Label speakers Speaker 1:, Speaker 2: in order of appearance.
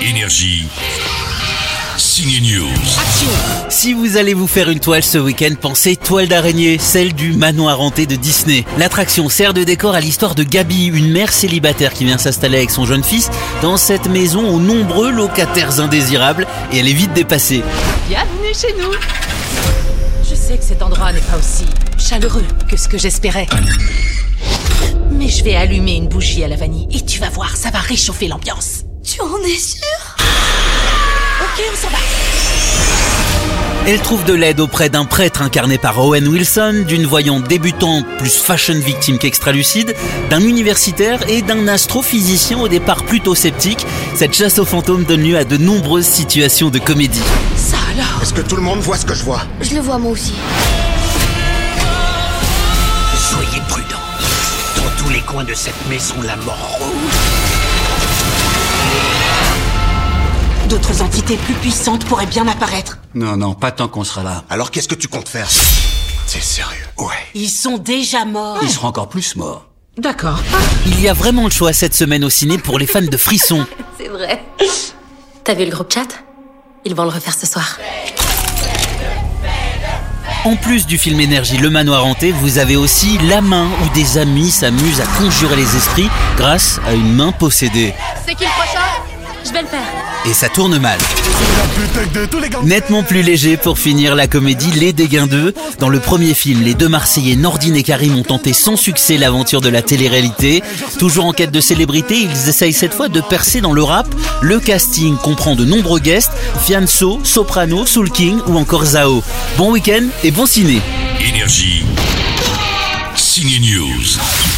Speaker 1: Énergie. Signe News.
Speaker 2: Si vous allez vous faire une toile ce week-end, pensez toile d'araignée, celle du manoir hanté de Disney. L'attraction sert de décor à l'histoire de Gabi, une mère célibataire qui vient s'installer avec son jeune fils dans cette maison aux nombreux locataires indésirables et elle est vite dépassée.
Speaker 3: Bienvenue chez nous Je sais que cet endroit n'est pas aussi chaleureux que ce que j'espérais. Mais je vais allumer une bougie à la vanille et tu vas voir, ça va réchauffer l'ambiance.
Speaker 4: Tu en es sûr
Speaker 3: Ok, on s'en va.
Speaker 2: Elle trouve de l'aide auprès d'un prêtre incarné par Owen Wilson, d'une voyante débutante plus fashion victime qu'extralucide, d'un universitaire et d'un astrophysicien au départ plutôt sceptique. Cette chasse aux fantômes donne lieu à de nombreuses situations de comédie.
Speaker 3: Ça alors
Speaker 5: Est-ce que tout le monde voit ce que je vois
Speaker 4: Je le vois moi aussi.
Speaker 6: Soyez prudents. Dans tous les coins de cette maison, la mort rôde.
Speaker 3: D'autres entités plus puissantes pourraient bien apparaître.
Speaker 6: Non, non, pas tant qu'on sera là.
Speaker 5: Alors qu'est-ce que tu comptes faire C'est sérieux Ouais.
Speaker 3: Ils sont déjà morts.
Speaker 7: Ah.
Speaker 6: Il sera encore plus mort.
Speaker 3: D'accord.
Speaker 2: Il y a vraiment le choix cette semaine au ciné pour les fans de frissons.
Speaker 4: C'est vrai.
Speaker 7: T'as vu le groupe chat Ils vont le refaire ce soir.
Speaker 2: En plus du film Énergie Le Manoir Hanté, vous avez aussi La Main, où des amis s'amusent à conjurer les esprits grâce à une main possédée.
Speaker 7: C'est qui le prochain Je vais le faire.
Speaker 2: Et ça tourne mal. Nettement plus léger pour finir la comédie Les Dégains 2. Dans le premier film, les deux Marseillais Nordine et Karim ont tenté sans succès l'aventure de la télé-réalité. Toujours en quête de célébrité, ils essayent cette fois de percer dans le rap. Le casting comprend de nombreux guests, Fianso, Soprano, Soul King ou encore Zao. Bon week-end et bon ciné
Speaker 1: Énergie. Signe News.